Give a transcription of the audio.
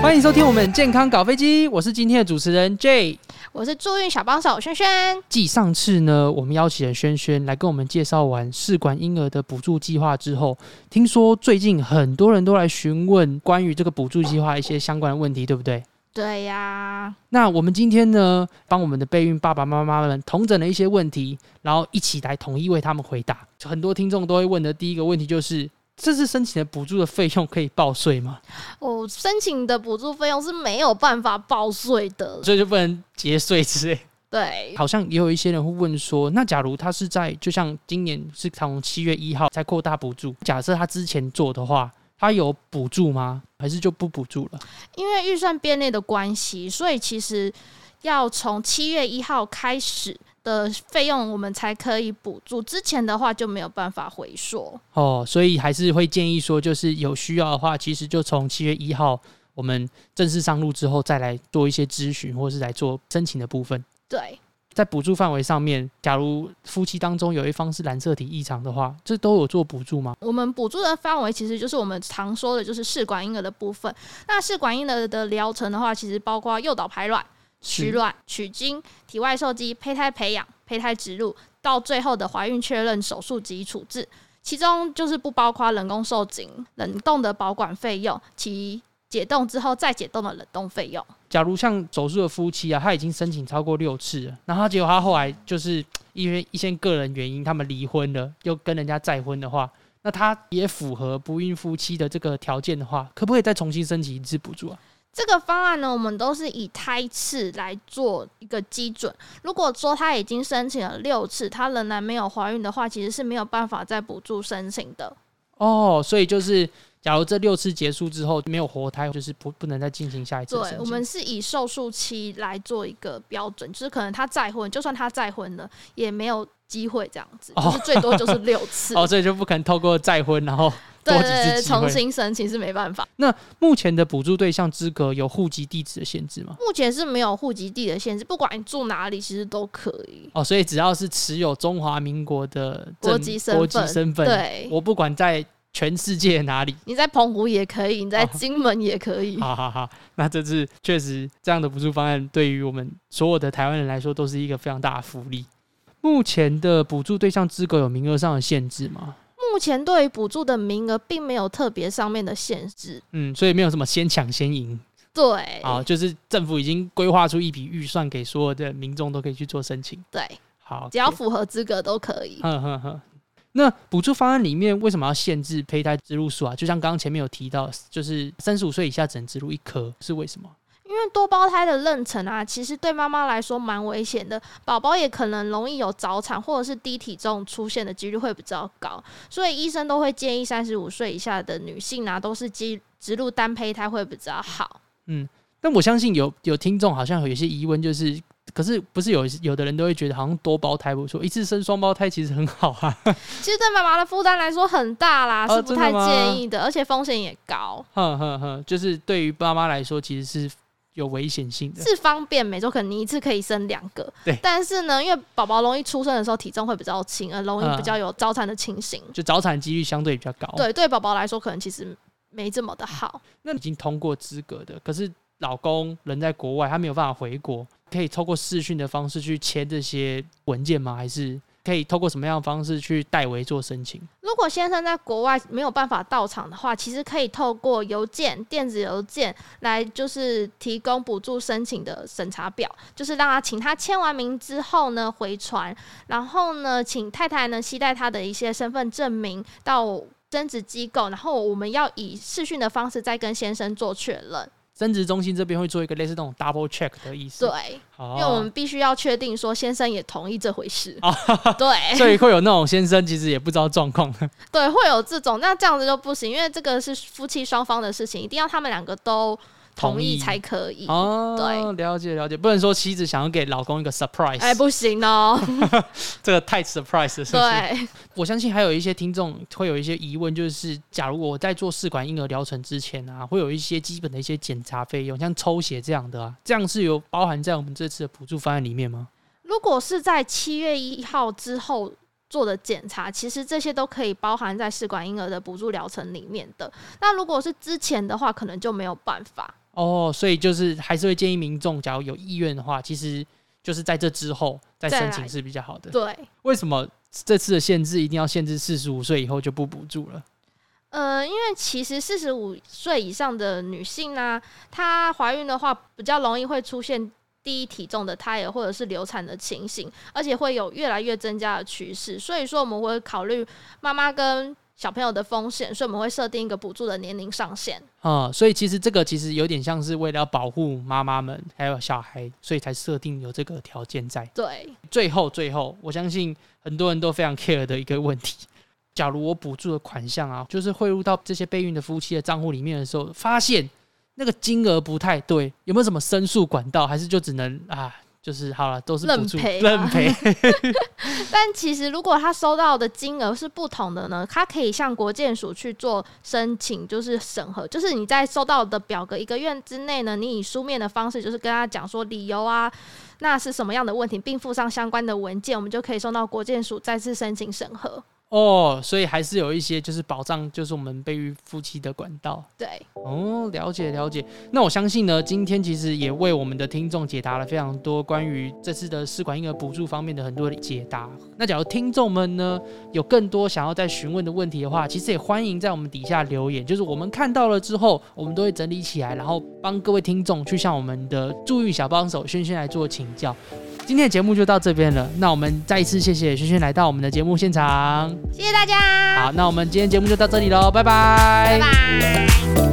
欢迎收听我们健康搞飞机，我是今天的主持人 J。我是助孕小帮手轩轩。继上次呢，我们邀请了轩轩来跟我们介绍完试管婴儿的补助计划之后，听说最近很多人都来询问关于这个补助计划一些相关的问题，对不对？对呀、那我们今天呢，帮我们的备孕爸爸妈妈们统整了一些问题，然后一起来统一为他们回答。很多听众都会问的第一个问题就是：这次申请的补助的费用可以报税吗？我、申请的补助费用是没有办法报税的。所以就不能节税之类。对，好像也有一些人会问说，那假如他是在就像今年是从七月一号才扩大补助，假设他之前做的话，他有补助吗？还是就不补助了？因为预算编列的关系，所以其实要从七月一号开始的费用，我们才可以补助。之前的话就没有办法回溯。哦，所以还是会建议说，就是有需要的话，其实就从七月一号我们正式上路之后，再来做一些咨询，或是来做申请的部分。对，在补助范围上面，假如夫妻当中有一方是染色体异常的话，这都有做补助吗？我们补助的范围其实就是我们常说的，就是试管婴儿的部分。那试管婴儿的疗程的话，其实包括诱导排卵。取是卵、取精、体外受精、胚胎培养、胚胎植入，到最后的怀孕确认手术及处置，其中就是不包括人工受精、冷冻的保管费用及解冻之后再解冻的冷冻费用。假如像手术的夫妻啊，他已经申请超过六次了，然后结果他后来就是因为一些个人原因，他们离婚了，又跟人家再婚的话，那他也符合不孕夫妻的这个条件的话，可不可以再重新申请一次补助啊？这个方案呢，我们都是以胎次来做一个基准。如果说他已经申请了六次，他仍然没有怀孕的话，其实是没有办法再补助申请的。哦，所以就是假如这六次结束之后没有活胎，就是不不能再进行下一次的申请。对，我们是以受术期来做一个标准，就是可能他再婚，就算他再婚了，也没有机会这样子，哦就是最多就是六 次。哦，所以就不可能透过再婚然后多几对对次对，机会重。新申请是没办法。目前的补助对象资格有户籍地址的限制吗？目前是没有户籍地的限制，不管你住哪里，其实都可以。哦，所以只要是持有中华民国的证国籍身国籍份身份，对，我不管在全世界哪里， 你在澎湖也可以，你在哦金门也可以。哈哈哈。那这次确实这样的补助方案，对于我们所有的台湾人来说，都是一个非常大的福利。目前的补助对象资格有名额上的限制吗？目前对于补助的名额并没有特别上面的限制。嗯，所以没有什么先抢先赢对，啊，就是政府已经规划出一笔预算给所有的民众都可以去做申请。对，好，只要符合资格都可以。哼哼哼。那补助方案里面为什么要限制胚胎植入数啊？就像刚刚前面有提到，就是三十五岁以下只能植入一颗，是为什么？因为多胞胎的妊娠啊，其实对妈妈来说蛮危险的，宝宝也可能容易有早产或者是低体重出现的几率会比较高，所以医生都会建议三十五岁以下的女性啊，都是植植入单胚胎会比较好。但我相信有有听众好像有一些疑问，就是可是不是有有的人都会觉得好像多胞胎不错，一次生双胞胎其实很好啊。 其实对妈妈的负担来说很大啦，哦是不太真的吗建议的，而且风险也高。哼哼哼，就是对于爸妈来说其实是有危险性的。是方便没错，可能你一次可以生两个对，但是呢，因为宝宝容易出生的时候体重会比较轻，而容易嗯哦比较有早产的情形。就早产几率相对比较高，，对，对宝宝来说可能其实没这么的好。那已经通过资格的，可是老公人在国外，他没有办法回国，可以透过视讯的方式去签这些文件吗？还是可以透过什么样的方式去代为做申请？如果先生在国外没有办法到场的话，其实可以透过邮件、电子邮件来，就是提供补助申请的审查表，就是让他请他签完名之后呢回传，然后呢请太太呢携带他的一些身份证明到增值机构，然后我们要以视讯的方式再跟先生做确认。增值中心这边会做一个类似那种 double check 的意思，，哦对，好因为我们必须要确定说先生也同意这 回事。对，所以会有那种先生其实也不知道状 况，对，会有这种，那这样子就不行，因为这个是夫妻双方的事情，一定要他们两个都同意才可以。哦，了解了解，不能说妻子想要给老公一个 surprise，、哎、不行 哦，这个太 surprise 了，是不是？对，我相信还有一些听众会有一些疑问，就是假如我在做试管婴儿疗程之前啊，会有一些基本的一些检查费用，像抽血这样的啊，这样是有包含在我们这次的补助方案里面吗？如果是在七月一号之后做的检查，其实这些都可以包含在试管婴儿的补助疗程里面的。那如果是之前的话，可能就没有办法。哦，所以就是还是会建议民众，假如有意愿的话，其实就是在这之后再再申来请是比较好的。对，为什么这次的限制一定要限制四十五岁以后就不补助了？呃，因为其实四十五岁以上的女性呢、她怀孕的话比较容易会出现低体重的胎儿或者是流产的情形，而且会有越来越增加的趋势。所以说，我们会考虑妈妈跟小朋友的风险，所以我们会设定一个补助的年龄上限。啊、所以其实这个其实有点像是为了要保护妈妈们还有小孩，所以才设定有这个条件在。对，最后，最后，我相信很多人都非常 care 的一个问题：假如我补助的款项啊，就是汇入到这些备孕的夫妻的账户里面的时候，发现那个金额不太对，有没有什么申诉管道？还是就只能啊，就是好了，都是补助认赔啊认赔但其实如果他收到的金额是不同的呢，他可以向国健署去做申请，就是审核，就是你在收到的表格一个月之内呢，你以书面的方式，就是跟他讲说理由啊，那是什么样的问题，并附上相关的文件，我们就可以送到国健署再次申请审核。哦。所以还是有一些就是保障，就是我们备孕夫妻的管道。对，哦，了解了解。那我相信呢，今天其实也为我们的听众解答了非常多关于这次的试管婴儿补助方面的很多的解答。那假如听众们呢有更多想要再询问的问题的话，其实也欢迎在我们底下留言，就是我们看到了之后，我们都会整理起来，然后帮各位听众去向我们的助孕小帮手轩轩来做请教。今天的节目就到这边了，那我们再一次谢谢轩轩来到我们的节目现场。谢谢大家，好，那我们今天节目就到这里喽，拜拜拜拜。